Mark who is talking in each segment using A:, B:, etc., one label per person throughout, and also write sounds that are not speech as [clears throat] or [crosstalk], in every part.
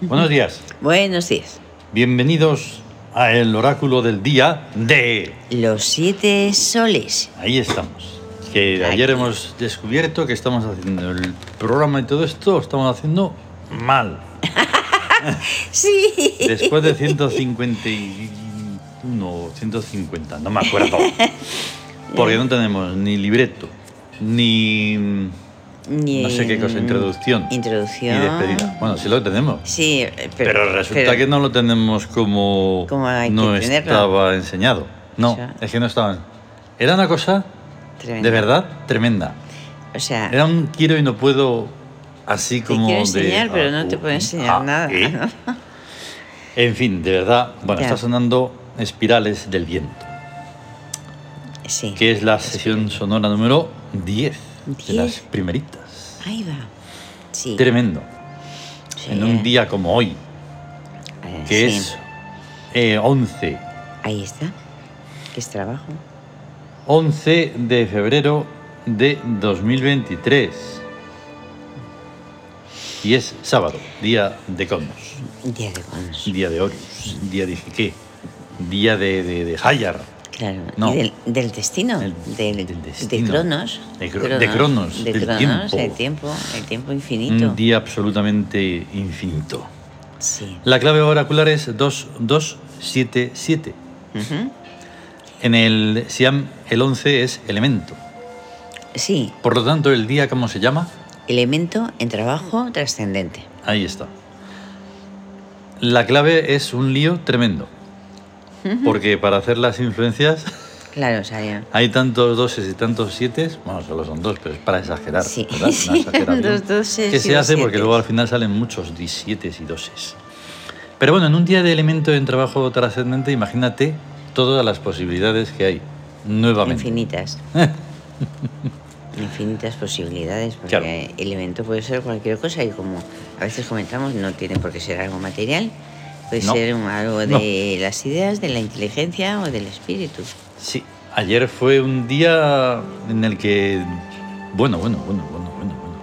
A: Buenos días.
B: Buenos días.
A: Bienvenidos a el oráculo del día de...
B: Los siete soles.
A: Ahí estamos. Que ayer
B: Aquí.
A: hemos descubierto que estamos haciendo el programa y todo esto, lo estamos haciendo mal.
B: Sí.
A: Después de 151, 150, no me acuerdo. Porque no tenemos ni libreto, ni...
B: Ni-
A: No sé qué cosa, introducción.
B: Introducción.
A: Ni despedida. Bueno, sí lo tenemos.
B: Sí, eh, pero,
A: Pero, resulta
B: pero-
A: que no lo tenemos como,
B: Como hay que
A: no
B: tenerlo.
A: estaba enseñado. No,
B: O sea.
A: es que no estaban. Era una cosa
B: Tremendo.
A: de verdad tremenda.
B: O sea,
A: Era un quiero y no puedo así como
B: quiero
A: de-
B: enseñar, pero no
A: ah,
B: te puedo
A: uh,
B: enseñar
A: ah,
B: nada,
A: ¿eh?
B: ¿no?
A: En fin, de verdad, bueno,
B: Ya.
A: está sonando Espirales del Viento,
B: sí.
A: que es la sesión sonora número 10 de
B: Diez.
A: las primeritas.
B: Ahí va. Sí.
A: Tremendo.
B: sí,
A: En un día como hoy,
B: eh,
A: que
B: sí.
A: es eh, 11
B: Ahí está. Que es trabajo.
A: 11 de febrero de 2023. Y es sábado, día de Conos,
B: Día de bonos.
A: día de Horus, día de Jiqué, día de, de, de Hayar,
B: Claro.
A: No.
B: Y del, del destino.
A: El-
B: del,
A: del destino.
B: De Cronos.
A: De cro- de Cronos,
B: De
A: del
B: Cronos.
A: tiempo.
B: El tiempo. El tiempo infinito.
A: un día absolutamente infinito.
B: Sí.
A: La clave oracular es 2277.
B: Ujú.
A: En el Siam el 11 es elemento.
B: Sí.
A: Por lo tanto, el día, ¿cómo se llama?
B: Elemento en trabajo trascendente.
A: Ahí está. La clave es un lío tremendo. Porque para hacer las influencias
B: Claro, o sea, ya-
A: hay tantos doses y tantos siete. Bueno, solo son dos, pero es para exagerar.
B: Sí,
A: ¿verdad? Una
B: [laughs] sí,
A: exageración
B: dos doses
A: Que
B: y
A: se
B: dos
A: hace porque
B: sietes.
A: luego al final salen muchos disietes y doses. Pero bueno, en un día de elemento en trabajo trascendente, imagínate todas las posibilidades que hay. Nuevamente. [laughs]
B: infinitas. infinitas posibilidades, porque
A: Claro.
B: el evento puede ser cualquier cosa y como a veces comentamos, no tiene por qué ser algo material, puede
A: No.
B: ser un- algo
A: No.
B: de las ideas, de la inteligencia o del espíritu.
A: Sí, ayer fue un día en el que. Bueno, bueno, bueno, bueno, bueno. bueno.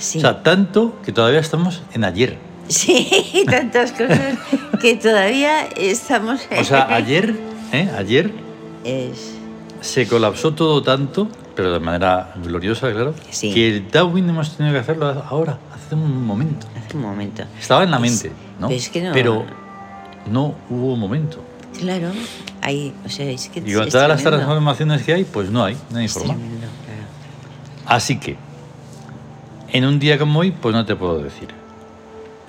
B: Sí,
A: O sea, tanto que todavía estamos en ayer.
B: sí [laughs] tantas cosas que todavía estamos...
A: O
B: [laughs]
A: sea, ayer, ¿eh? ayer
B: Es...
A: se colapsó todo tanto, pero de manera gloriosa, claro,
B: Sí.
A: que el Darwin hemos tenido que hacerlo ahora, hace un momento.
B: Hace un momento.
A: Estaba en la
B: Es-
A: mente, ¿no?
B: pero es que no-
A: Pero no hubo momento.
B: Claro, ahí, o sea, es que...
A: Y
B: es-
A: con
B: es
A: todas las
B: tremendo.
A: transformaciones que hay, pues no hay, no hay
B: Es
A: forma.
B: tremendo, claro.
A: Así que, en un día como hoy, pues no te puedo decir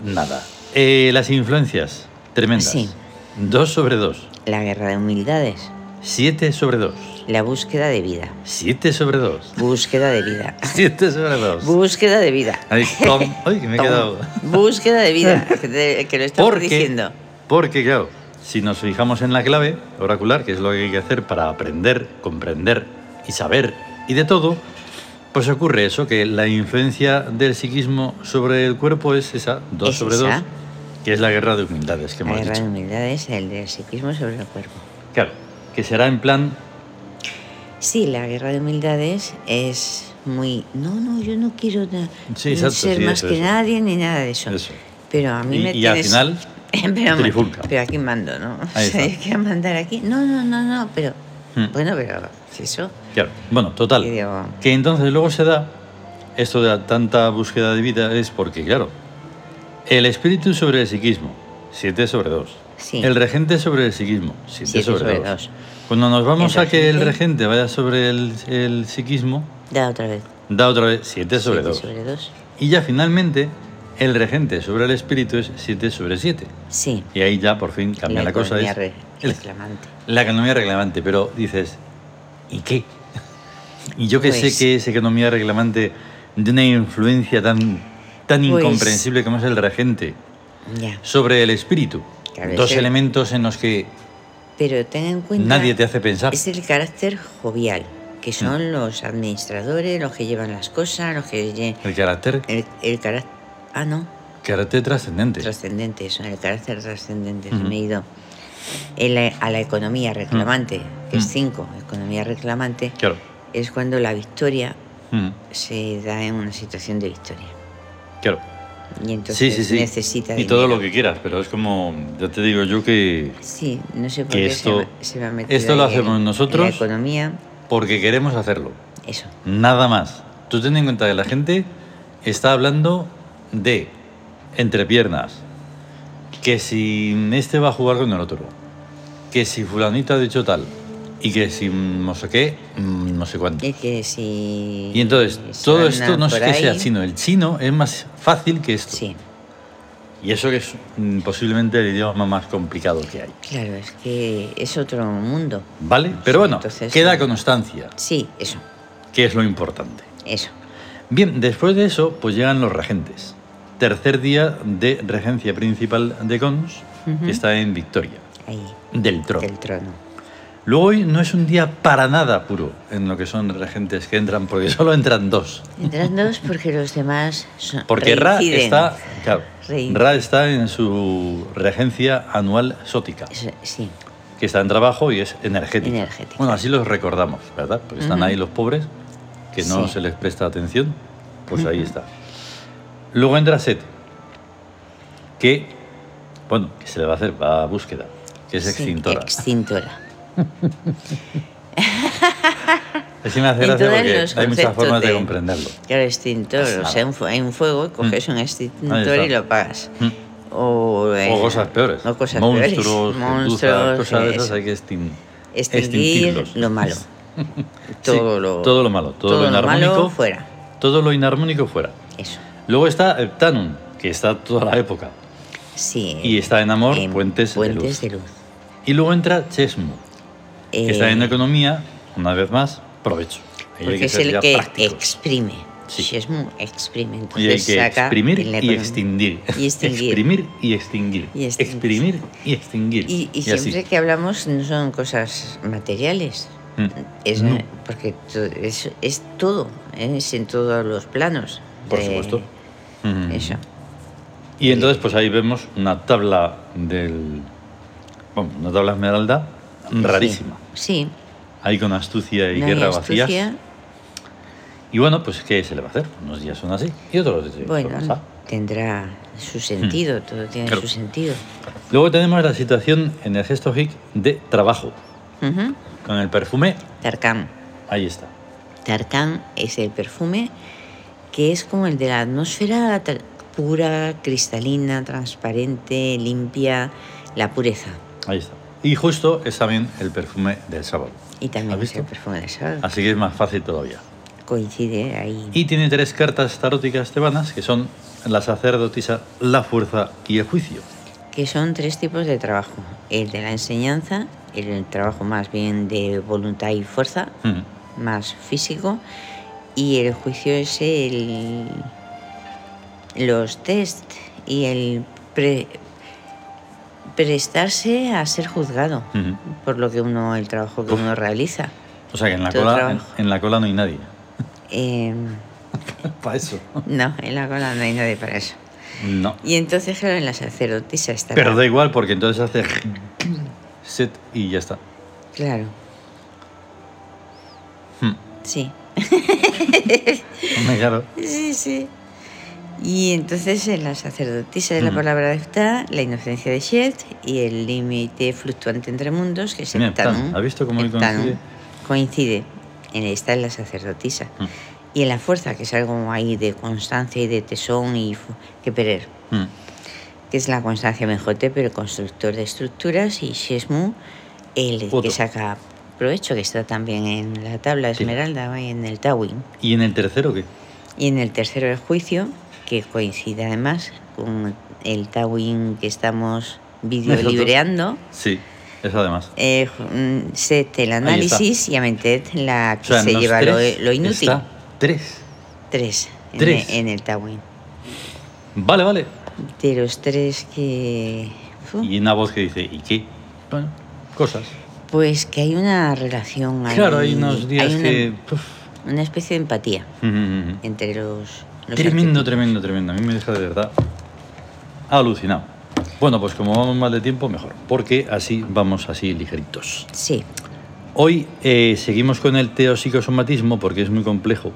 A: nada. Eh, las influencias, tremendas.
B: Sí.
A: 2 sobre 2,
B: La guerra de humildades,
A: 7 sobre 2.
B: la búsqueda de vida.
A: 7 sobre 2.
B: Búsqueda de vida.
A: 7 sobre 2.
B: Búsqueda de vida.
A: Ahí, tom. Uy, que me he
B: Toma.
A: quedado.
B: Búsqueda de vida, que, te- que lo estamos diciendo.
A: porque, claro, si nos fijamos en la clave oracular, que es lo que hay que hacer para aprender, comprender y saber y de todo, pues ocurre eso, que la influencia del psiquismo sobre el cuerpo es esa, 2
B: Es
A: sobre
B: esa.
A: 2, que es la guerra de humildades que
B: La
A: hemos
B: guerra de
A: dicho.
B: humildades, el del psiquismo sobre el cuerpo.
A: Claro, que será en plan,
B: Sí, la guerra de humildades es muy. No, no, yo no quiero na-
A: Sí, exacto,
B: ser
A: sí,
B: más
A: eso,
B: que
A: eso.
B: nadie ni nada de eso.
A: Eso.
B: Pero a mí
A: Y-
B: me
A: y al
B: tienes-
A: final,
B: [laughs] pero,
A: trifulca.
B: pero aquí mando, ¿no?
A: Ahí
B: o
A: está.
B: sea, [laughs] hay que mandar aquí. No, no, no, no, pero.
A: Hmm.
B: Bueno, pero. Eso.
A: claro, bueno, total,
B: Y digo-
A: que entonces luego se da esto de la tanta búsqueda de vida es porque, claro, el espíritu sobre el psiquismo, 7 sobre 2.
B: Sí.
A: El regente sobre el psiquismo, 7
B: Siete
A: sobre
B: sobre
A: 2.
B: dos.
A: Cuando nos vamos
B: El
A: a que el
B: regente-
A: regente vaya sobre el, el psiquismo,
B: Da otra vez.
A: da otra vez 7 sobre
B: Siete
A: 2.
B: sobre dos.
A: Y ya finalmente, el regente sobre el espíritu es 7 sobre 7.
B: Sí.
A: Y ahí ya por fin cambia la, cosa.
B: economía
A: es
B: re-
A: [laughs] el-
B: reclamante.
A: la economía reglamante, pero dices, ¿y qué? Y yo que
B: Pues-
A: sé que es economía reglamante de una influencia tan, tan
B: Pues-
A: incomprensible como es el regente
B: Ya.
A: sobre el espíritu.
B: Que a veces-
A: Dos elementos en los que
B: Pero ten en cuenta.
A: nadie te hace Mm. pensar.
B: Es el carácter jovial, que son los administradores, los que llevan las cosas, los que. lle-
A: El carácter,
B: El, carácter. Ah, no,
A: carácter trascendente.
B: trascendente, son el carácter trascendente, se
A: Ujú.
B: me he ido. El- a la economía reclamante, que es
A: Mm.
B: 5, economía reclamante,
A: Claro.
B: es cuando la victoria
A: Mm,
B: se da en una situación de victoria.
A: claro.
B: Y entonces
A: Sí, sí, sí.
B: necesita
A: y todo
B: dinero.
A: lo que quieras, pero es como, ya te digo yo que
B: Sí, no sé por
A: que
B: qué
A: esto-
B: se, va, se va a meter
A: esto lo
B: ahí en-
A: hacemos
B: en
A: nosotros.
B: la economía,
A: porque queremos hacerlo,
B: eso.
A: nada más. Tú ten en cuenta que la gente está hablando de entrepiernas, que si este va a jugar con el otro, que si fulanito ha dicho tal, y que si no sé qué, mm, no sé cuánto.
B: Y que si...
A: Y entonces,
B: se
A: todo
B: van
A: esto no es
B: por
A: que sea
B: ahí,
A: chino, el chino es más fácil que esto.
B: Sí,
A: Y eso que es mm, posiblemente el idioma más complicado que hay.
B: claro, es que es otro mundo.
A: ¿Vale? Pero
B: Sí,
A: bueno,
B: entonces,
A: queda
B: eh,
A: constancia,
B: Sí, eso,
A: que es lo importante.
B: eso.
A: Bien, después de eso, pues llegan los regentes. Tercer día de regencia principal de Cons,
B: Ujú.
A: que está en Victoria,
B: Ahí,
A: del trono.
B: del trono.
A: Luego hoy no es un día para nada puro en lo que son regentes que entran, porque [laughs] solo entran dos.
B: Entran dos porque los demás son
A: Porque
B: reinciden.
A: Ra está. claro,
B: Reinciden.
A: Ra está en su regencia anual sótica,
B: Eso, sí,
A: que está en trabajo y es energética.
B: Energética.
A: Bueno, así los recordamos, ¿verdad? Porque están
B: Ujú.
A: ahí los pobres, que no
B: Sí.
A: se les presta atención, pues ahí está. Luego entra Set, que, bueno, que se le va a hacer, va a búsqueda, que es
B: sí,
A: extintora.
B: extintora.
A: Así me hace
B: En
A: gracia
B: todos
A: porque
B: los
A: hay muchas
B: conceptos
A: formas de
B: de-
A: comprenderlo.
B: Claro, extintor,
A: Claro.
B: o sea, un fu- hay un fuego, coges un
A: Mm. Ahí
B: extintor
A: está.
B: y lo apagas.
A: Mm.
B: O, eh,
A: O cosas peores.
B: O cosas
A: Monstruos,
B: peores.
A: gentuza, cosas de
B: eh,
A: esas hay que extin-
B: extinguir
A: extinguirlos.
B: lo malo.
A: [laughs] Sí,
B: Todo, lo,
A: todo lo malo, todo,
B: todo
A: lo
B: lo
A: inarmónico.
B: malo fuera.
A: Todo lo inarmónico fuera.
B: Eso.
A: Luego está Heptanum, que está toda la época.
B: Sí.
A: Y está en amor,
B: en
A: puentes,
B: Puentes
A: de
B: de
A: luz.
B: luz.
A: Y luego entra Chesmu, que está
B: Eh,
A: en economía, una vez más, provecho. Ahí hay
B: Porque es
A: ser
B: el
A: ya
B: que
A: prácticos.
B: exprime.
A: Sí.
B: Si es muy exprime.
A: Y hay
B: Entonces
A: que
B: pues saca
A: exprimir
B: en la
A: y
B: economía.
A: extinguir.
B: Y extinguir.
A: Exprimir y extinguir.
B: Y extinguir.
A: Exprimir y extinguir.
B: Y, y
A: así.
B: siempre que hablamos no son cosas materiales.
A: Mm.
B: Es,
A: No.
B: Porque to- es, es todo. ¿eh? Es en todos los planos.
A: Por
B: de-
A: supuesto. Mm.
B: Eso.
A: Y entonces, pues ahí vemos una tabla del. Bueno, una tabla esmeralda rarísima.
B: Sí.
A: Ahí con astucia y
B: no hay
A: Mm. guerra
B: astucia.
A: vacías. Y bueno, pues ¿qué se le va a hacer? Unos días son así y otros días son así.
B: Bueno, tendrá su sentido. Todo tiene
A: Hmm. Claro.
B: su sentido.
A: Luego tenemos la situación en el gesto hic de trabajo.
B: Ujú.
A: Con el perfume,
B: Tarkan.
A: ahí está.
B: Tarkan es el perfume que es como el de la atmósfera tra- pura, cristalina, transparente, limpia, la pureza.
A: Ahí está. Y justo es también el perfume del sábado.
B: Y también
A: ¿Has
B: es el
A: visto?
B: perfume de sábado.
A: Así que es más fácil todavía.
B: Coincide ahí.
A: Y tiene tres cartas taróticas tebanas que son la sacerdotisa, la fuerza y el juicio.
B: Que son tres tipos de trabajo. El de la enseñanza, el trabajo más bien de voluntad y fuerza,
A: Mm.
B: más físico. Y el juicio es el los test y el pre- prestarse a ser juzgado
A: Ujú.
B: por lo que uno el trabajo que
A: Uf.
B: uno realiza.
A: O sea que en la,
B: Todo
A: cola, en,
B: trabajo.
A: en la cola no hay
B: [laughs]
A: nadie.
B: Eh,
A: Para eso.
B: no, en la cola no hay nadie para eso.
A: No.
B: Y entonces, claro, en la sacerdotisa está.
A: Pero da igual porque entonces hace set y ya está.
B: Claro,
A: Hmm.
B: sí.
A: Hombre, claro.
B: Sí, sí. Y entonces en la sacerdotisa de la
A: Mm.
B: palabra de Ptah, la inocencia de Shet y el límite fluctuante entre mundos, que es
A: Mira,
B: el
A: Ptah,
B: Tanum.
A: ¿has visto cómo
B: El
A: coincide?
B: Tanum coincide. En esta en la sacerdotisa.
A: Mm.
B: Y en la fuerza, que es algo ahí de constancia y de tesón y fu- que perer,
A: Hmm.
B: que es la constancia Menjote, pero constructor de estructuras, y Shesmu, el
A: Otro.
B: que saca provecho, que está también en la tabla
A: Sí.
B: esmeralda, o en el Tawin.
A: ¿Y en el tercero qué?
B: Y en el tercero el juicio, que coincide además con el Tawin que estamos videolibreando,
A: Sí, eso además.
B: eh, ju- mm, set el análisis y Amentet la
A: O
B: que
A: sea, en
B: se
A: los
B: lleva lo,
A: tres
B: lo inútil.
A: está tres.
B: Tres, en-
A: Tres.
B: En, el Tawin.
A: Vale, vale.
B: De los tres que... fu,
A: Y una voz que dice, ¿y qué? Bueno, cosas.
B: Pues que hay una relación ahí,
A: Claro, hay unos días
B: hay una,
A: que... puf.
B: una especie de empatía
A: Mm.
B: entre los... los
A: Tremendo,
B: arquetipos.
A: tremendo, tremendo. A mí me deja de verdad alucinado. Bueno, pues como vamos mal de tiempo, mejor. Porque así vamos así ligeritos.
B: Sí,
A: Hoy eh, seguimos con el teopsicosomatismo porque es muy complejo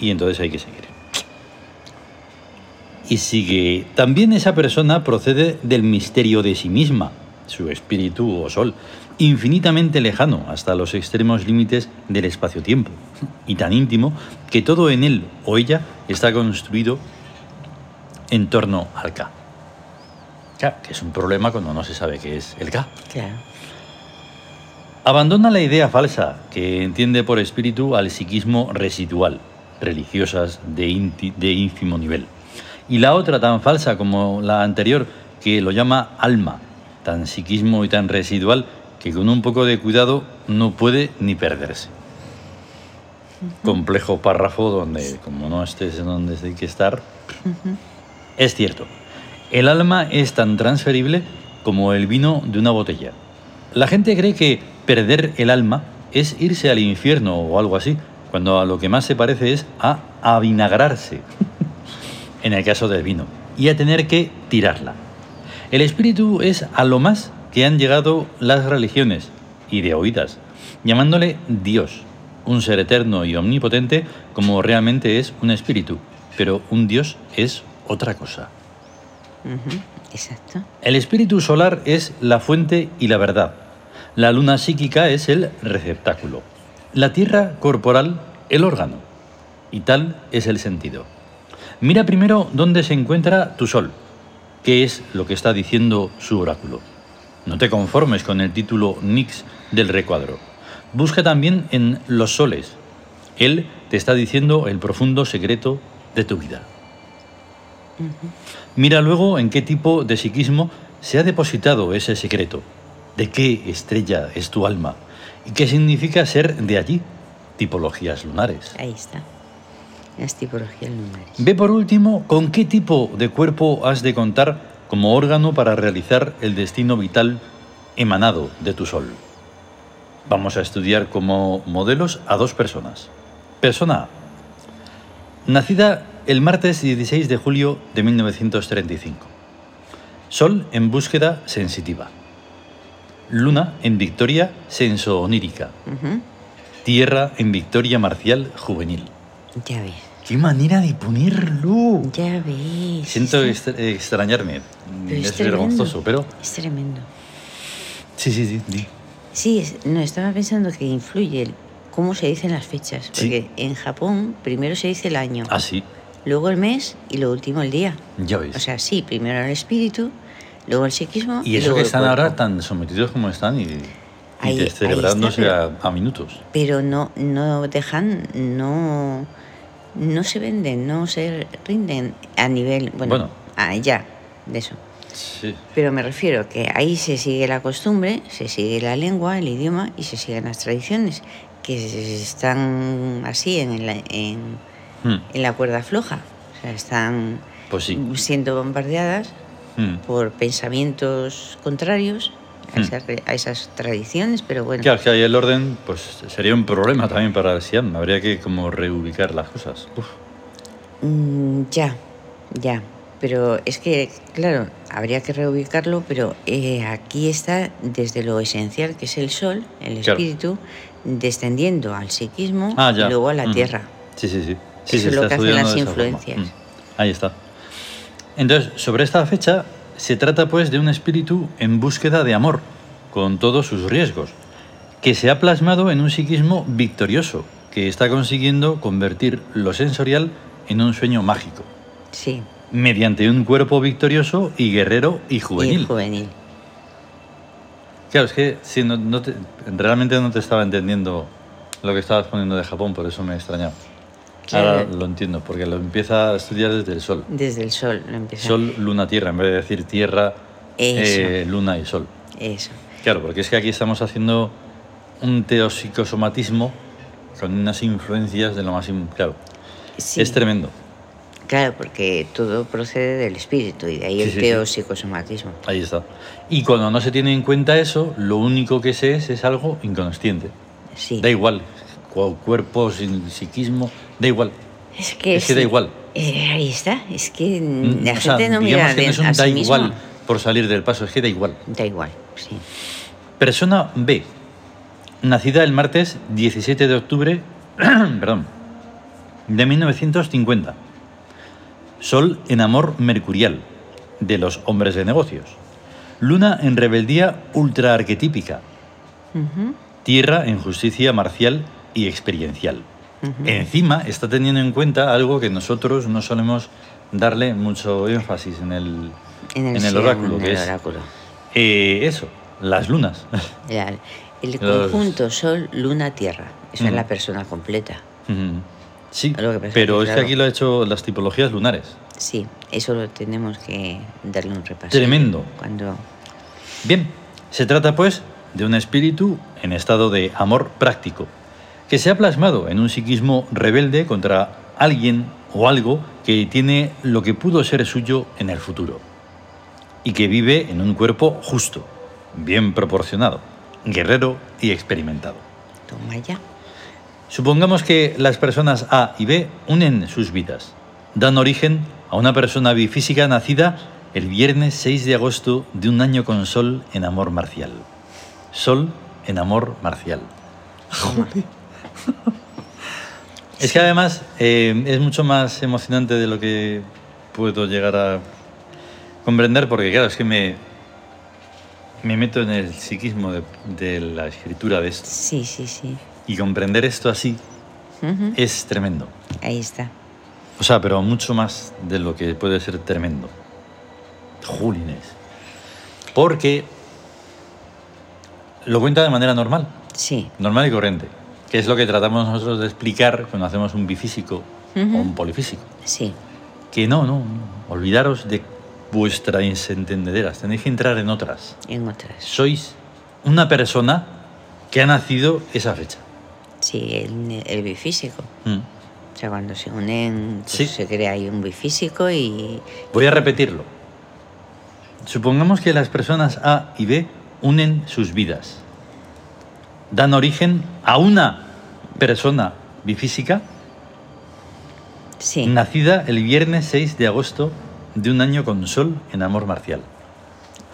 A: y entonces hay que seguir. Y sigue, también esa persona procede del misterio de sí misma, su espíritu o sol, infinitamente lejano hasta los extremos límites del espacio-tiempo, y tan íntimo que todo en él o ella está construido en torno al K. Claro, que es un problema cuando no se sabe qué es el K.
B: Claro.
A: Abandona la idea falsa que entiende por espíritu al psiquismo residual, religiosas de, inti- de ínfimo nivel. Y la otra tan falsa como la anterior, que lo llama alma, tan psiquismo y tan residual que con un poco de cuidado no puede ni perderse. Complejo párrafo donde, como no estés en donde hay que estar, es cierto, el alma es tan transferible como el vino de una botella. La gente cree que perder el alma es irse al infierno o algo así, cuando a lo que más se parece es a avinagrarse, [laughs] en el caso del vino, y a tener que tirarla. El espíritu es a lo más que han llegado las religiones, y de oídas, llamándole Dios, un ser eterno y omnipotente como realmente es un espíritu, pero un Dios es otra cosa.
B: Ujú, Exacto.
A: El espíritu solar es la fuente y la verdad. La luna psíquica es el receptáculo. La tierra corporal, el órgano. Y tal es el sentido. Mira primero dónde se encuentra tu sol, qué es lo que está diciendo su oráculo. No te conformes con el título Nix del recuadro. Busca también en los soles. Él te está diciendo el profundo secreto de tu vida. Mira luego en qué tipo de psiquismo se ha depositado ese secreto, de qué estrella es tu alma y qué significa ser de allí, tipologías lunares.
B: Ahí está. Las tipologías lunares.
A: Ve por último con qué tipo de cuerpo has de contar como órgano para realizar el destino vital emanado de tu sol. Vamos a estudiar como modelos a dos personas. Persona A. Nacida el martes 16 de julio de 1935. Sol en búsqueda sensitiva. Luna en victoria senso-onírica.
B: Ujú,
A: Tierra en victoria marcial juvenil.
B: Ya ves.
A: ¡Qué manera de ponerlo!
B: Ya ves.
A: Siento
B: es,
A: extra- extrañarme.
B: Pero es
A: es
B: tremendo.
A: vergonzoso, pero.
B: es tremendo.
A: Sí, sí, sí. di.
B: Sí, es- no, estaba pensando que influye el- cómo se dicen las fechas.
A: Sí.
B: Porque en Japón primero se dice el año,
A: Ah, sí.
B: luego el mes y lo último el día.
A: Ya ves.
B: O sea, sí, primero el espíritu, luego el psiquismo.
A: y eso
B: luego
A: que
B: el
A: están
B: cuerpo.
A: ahora tan sometidos como están y, y
B: Ahí-
A: descelebrándose
B: ahí está,
A: a- a, minutos.
B: Pero no, no dejan, no, no se venden, no se rinden a nivel. Bueno,
A: Bueno.
B: ah, ya, de eso.
A: Sí.
B: Pero me refiero que ahí se sigue la costumbre, se sigue la lengua, el idioma y se siguen las tradiciones, que se- están así en la, en,
A: Hmm,
B: en la cuerda floja. O sea, están
A: Pues sí.
B: siendo bombardeadas
A: Hmm.
B: por pensamientos contrarios a,
A: Hmm.
B: esas, re- a esas tradiciones, pero bueno,
A: Claro, que ahí el orden pues sería un problema también para el SIAM. Habría que como reubicar las cosas. Uf.
B: Mm, ya, ya. Pero es que, claro, habría que reubicarlo, pero eh, aquí está desde lo esencial, que es el sol, el
A: Claro.
B: espíritu, descendiendo al psiquismo
A: Ah, ya.
B: y luego a la
A: Ujú.
B: tierra.
A: Sí, sí, sí.
B: Eso
A: sí se
B: es lo
A: está
B: que hacen
A: estudiando
B: las
A: de esa forma.
B: influencias.
A: Mm. Ahí está. Entonces, sobre esta fecha, se trata pues de un espíritu en búsqueda de amor, con todos sus riesgos, que se ha plasmado en un psiquismo victorioso, que está consiguiendo convertir lo sensorial en un sueño mágico,
B: Sí,
A: mediante un cuerpo victorioso y guerrero y
B: juvenil.
A: juvenil.
B: y juvenil.
A: Claro, es que sí, no- no te- realmente no te estaba entendiendo lo que estabas poniendo de Japón, por eso me he extrañado. Ahora
B: Claro.
A: lo entiendo, porque lo empieza a estudiar desde el sol.
B: Desde el sol lo empieza.
A: Sol, luna, tierra, en vez de decir tierra,
B: Eso.
A: eh, luna y sol.
B: Eso.
A: Claro, porque es que aquí estamos haciendo un teopsicosomatismo con unas influencias de lo más... in- Claro,
B: Sí,
A: es tremendo.
B: claro, porque todo procede del espíritu y de ahí
A: Sí,
B: el
A: sí, sí.
B: teopsicosomatismo.
A: Ahí está. Y cuando no se tiene en cuenta eso, lo único que se es es algo inconsciente.
B: Sí.
A: Da igual, cu- cuerpo, sin- psiquismo, da igual.
B: Es que,
A: Es que da igual.
B: Eh, ahí está, es que
A: Mm,
B: la
A: o
B: gente
A: sea,
B: no mira
A: digamos que no
B: bien
A: es un
B: a
A: da
B: sí mismo.
A: igual por salir del paso, es que da igual.
B: Da igual, sí.
A: Persona B, nacida el martes 17 [clears throat] de octubre perdón, de 1950. Sol en amor mercurial, de los hombres de negocios. Luna en rebeldía ultra arquetípica.
B: Ujú,
A: Tierra en justicia marcial y experiencial. Encima está teniendo en cuenta algo que nosotros no solemos darle mucho énfasis en el,
B: En
A: en
B: el,
A: el
B: Siam,
A: oráculo,
B: en
A: que
B: el
A: es
B: oráculo.
A: eh, eso, las lunas. [laughs]
B: Ya, El
A: Los-
B: conjunto Sol, Luna, Tierra. Eso es
A: Mm.
B: la persona completa.
A: Mm, sí,
B: Lo que pasa es
A: pero
B: que,
A: es que
B: claro.
A: aquí lo ha hecho las tipologías lunares.
B: Sí, eso lo tenemos que darle un repaso.
A: Tremendo.
B: Cuando.
A: Bien, se trata pues de un espíritu en estado de amor práctico, que se ha plasmado en un psiquismo rebelde contra alguien o algo que tiene lo que pudo ser suyo en el futuro, y que vive en un cuerpo justo, bien proporcionado, guerrero y experimentado.
B: Toma ya.
A: Supongamos que las personas A y B unen sus vidas, dan origen a una persona bifísica nacida el viernes 6 de agosto de un año con Sol en amor marcial. Sol en amor marcial. [laughs] Es que además eh, es mucho más emocionante de lo que puedo llegar a comprender, porque claro, es que me, me meto en el psiquismo de, de la escritura de esto.
B: Sí, sí, sí.
A: Y comprender esto así
B: Ujú,
A: es tremendo.
B: Ahí está.
A: O sea, pero mucho más de lo que puede ser tremendo. Julines. Porque lo cuenta de manera normal,
B: Sí.
A: normal y corriente, que es lo que tratamos nosotros de explicar cuando hacemos un bifísico
B: Ujú.
A: o un polifísico.
B: Sí.
A: Que no, no, no, olvidaros de vuestras entendederas, tenéis que entrar en otras.
B: En otras.
A: Sois una persona que ha nacido esa fecha.
B: Sí, el, el bifísico.
A: Mm.
B: O sea, cuando se unen, pues,
A: Sí.
B: se crea ahí un bifísico y.
A: Voy a repetirlo. Supongamos que las personas A y B unen sus vidas. Dan origen a una persona bifísica
B: Sí.
A: nacida el viernes 6 de agosto de un año con sol en amor marcial.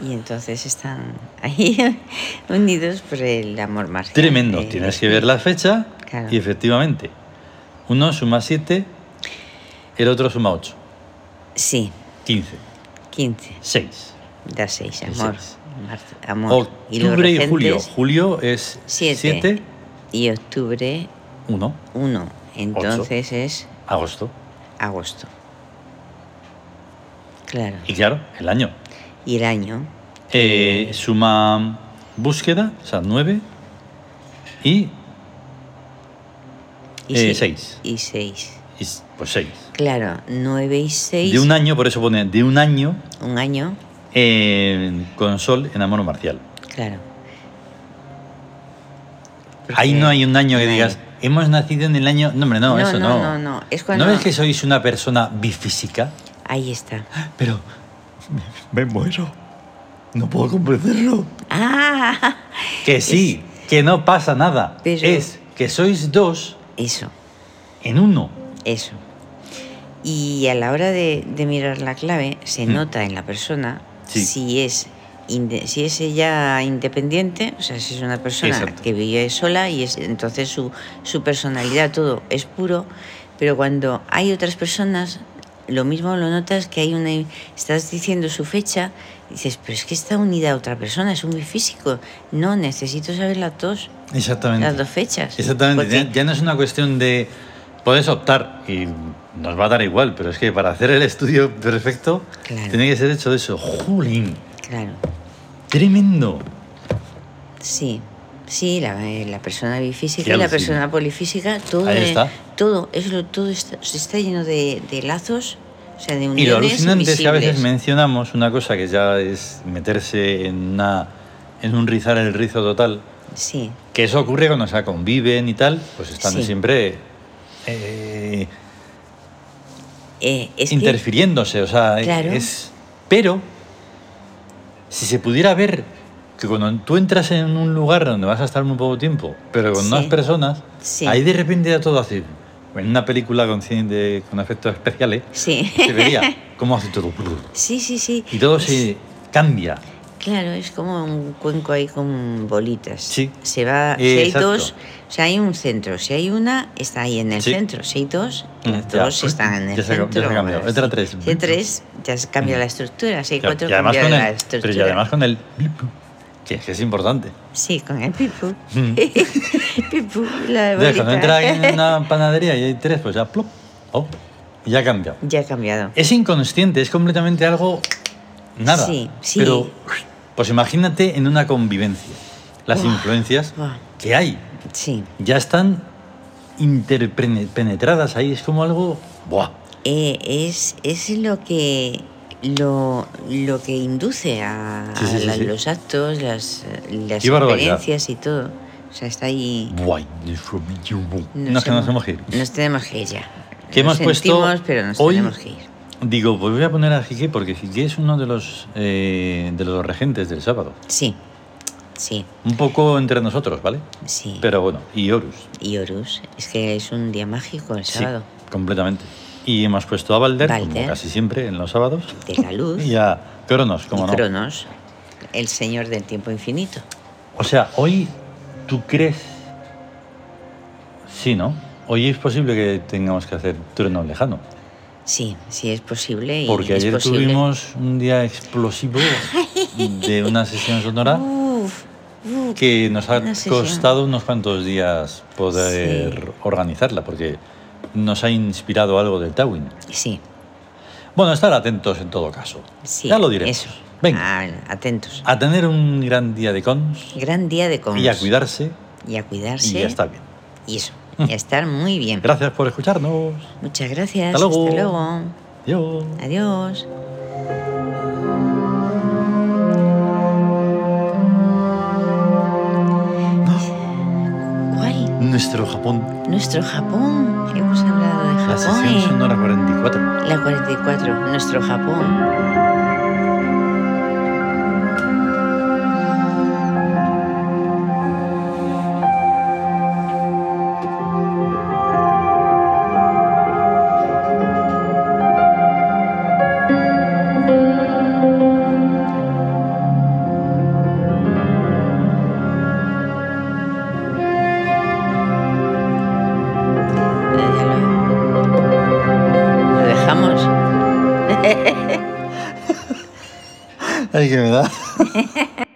B: Y entonces están ahí [laughs] unidos por el amor marcial.
A: Tremendo.
B: Eh,
A: Tienes que ver la fecha
B: Claro.
A: y efectivamente, uno suma 7, el otro suma 8.
B: Sí,
A: 15,
B: 15.
A: 6.
B: Da 6,
A: Da
B: amor.
A: seis.
B: mar- amor. los
A: Octubre y julio.
B: regentes,
A: Julio es
B: Siete.
A: 7,
B: Y octubre
A: 1,
B: 1. Entonces es
A: agosto.
B: agosto. Claro.
A: Y claro, el año.
B: Y el año.
A: Eh, suma búsqueda, o sea, 9 y,
B: Y
A: Eh,
B: se-
A: seis.
B: Y 6.
A: y, pues 6.
B: Claro, 9 y 6.
A: De un año, por eso pone de un año
B: Un año,
A: eh, con sol en amor marcial.
B: claro.
A: Ahí
B: Porque-
A: no hay un año que
B: no hay.
A: digas, hemos nacido en el año. No, hombre, no, eso no.
B: no, no. Es cuando.
A: ¿No ves que sois una persona bifísica?
B: Ahí está.
A: Pero me, me muero. No puedo comprenderlo.
B: ¡Ah! [laughs]
A: Que sí, que no pasa nada.
B: Pero-
A: Es que sois dos
B: Eso,
A: en uno.
B: eso. Y a la hora de, de mirar la clave, se
A: Mm.
B: nota en la persona
A: Sí.
B: si es. inde- Si es ella independiente, o sea, si es una persona
A: Exacto.
B: que vive sola y es, entonces su, su personalidad, todo es puro, pero cuando hay otras personas, lo mismo lo notas que hay una... Estás diciendo su fecha, dices, pero es que está unida a otra persona, es un muy físico, no, necesito saber las dos,
A: Exactamente.
B: las dos fechas.
A: Exactamente,
B: Porque-
A: ya, ya no es una cuestión de... Puedes optar y nos va a dar igual, pero es que para hacer el estudio perfecto
B: Claro.
A: tiene que ser hecho eso. ¡Jolín!
B: Claro.
A: ¡Tremendo!
B: Sí, sí, la, eh, la persona bifísica
A: Qué
B: y la
A: alucina.
B: persona polifísica, todo,
A: Ahí
B: eh,
A: está.
B: todo, es lo, todo está, está lleno de, de lazos, o sea, de uniones
A: Y lo alucinante es que a veces
B: visibles.
A: mencionamos una cosa que ya es meterse en, una, en un rizar el rizo total,
B: Sí,
A: que eso ocurre cuando se conviven y tal, pues están
B: Sí.
A: siempre eh,
B: eh, es que-
A: interfiriéndose, o sea,
B: Claro.
A: es... Pero, si se pudiera ver que cuando tú entras en un lugar donde vas a estar muy poco tiempo, pero con
B: Sí.
A: unas personas,
B: Sí.
A: ahí de repente ya todo hace... En una película con, cien de- con efectos especiales,
B: sí, [laughs]
A: se vería cómo hace todo.
B: sí, sí, sí.
A: Y todo se cambia.
B: Claro, es como un cuenco ahí con bolitas.
A: Sí.
B: Se va,
A: Eh,
B: si hay
A: exacto.
B: dos, o sea, hay un centro. Si hay una, está ahí en el
A: Sí.
B: centro. Si hay dos,
A: Mm,
B: las
A: ya.
B: dos están en el
A: Ya se ha- ya
B: centro.
A: se ha cambiado. Entra tres. Mm.
B: Si hay tres, ya se cambia la estructura. Si hay cuatro,
A: y además
B: cambia
A: con
B: la
A: el,
B: estructura.
A: pero y además con el blip, que es que es
B: [laughs]
A: importante.
B: Sí, con el pipu.
A: Mm.
B: [laughs] pipu, la
A: Entonces,
B: bolita.
A: cuando entra
B: [laughs]
A: en una panadería y hay tres, pues ya plop, oh, ya ha cambiado.
B: Ya ha cambiado.
A: Es inconsciente, es completamente algo nada.
B: Sí, sí.
A: Pero pues imagínate en una convivencia las
B: Buah,
A: influencias
B: buah.
A: que hay.
B: Sí.
A: Ya están interpenetradas ahí, es como algo buah.
B: Eh, es, es lo que lo, lo que induce a,
A: Sí, sí,
B: a
A: sí,
B: la-
A: sí.
B: los actos, las, las
A: Qué barbaridad.
B: experiencias y todo. O sea, está ahí.
A: Buah, no es que nos hemos que ir.
B: Nos tenemos que ir ya.
A: Que
B: Nos
A: hemos puesto
B: sentimos, pero nos
A: hoy-
B: tenemos que ir.
A: Digo, pues voy a poner a Jique porque Jique es uno de los eh, de los regentes del sábado.
B: Sí, sí,
A: Un poco entre nosotros, ¿vale?
B: sí.
A: Pero bueno, y Horus.
B: y Horus, es que es un día mágico el
A: Sí,
B: sábado.
A: completamente. Y hemos puesto a Balder, como
B: Balder.
A: casi siempre en los sábados.
B: De la luz
A: Y a Cronos, como
B: y
A: no.
B: Cronos, el señor del tiempo infinito.
A: O sea, hoy tú crees. Sí, ¿no? Hoy es posible que tengamos que hacer trueno lejano.
B: Sí, sí, es posible. Y
A: Porque
B: es
A: ayer
B: posible.
A: tuvimos un día explosivo de una sesión sonora
B: Uf, uf,
A: que nos ha
B: [laughs] Una sesión.
A: costado unos cuantos días poder
B: Sí.
A: organizarla, porque nos ha inspirado algo del Tawin.
B: Sí,
A: Bueno, estar atentos en todo caso.
B: sí.
A: ya lo diremos.
B: Eso.
A: Venga,
B: Ah, atentos.
A: a tener un gran día de cons
B: Gran día de cons.
A: y a cuidarse
B: Y a cuidarse.
A: y ya está bien.
B: Y eso. Y a estar muy bien.
A: Gracias por escucharnos.
B: Muchas gracias.
A: Hasta luego.
B: Hasta luego.
A: Adiós.
B: Adiós. ¿Cuál?
A: Nuestro Japón,
B: Nuestro Japón. Hemos hablado
A: la
B: de Japón.
A: sesión
B: ¿eh?
A: sonora 44.
B: La 44. Nuestro Japón. Ya, ya lo... ¿Lo dejamos?
A: Ay, que me da.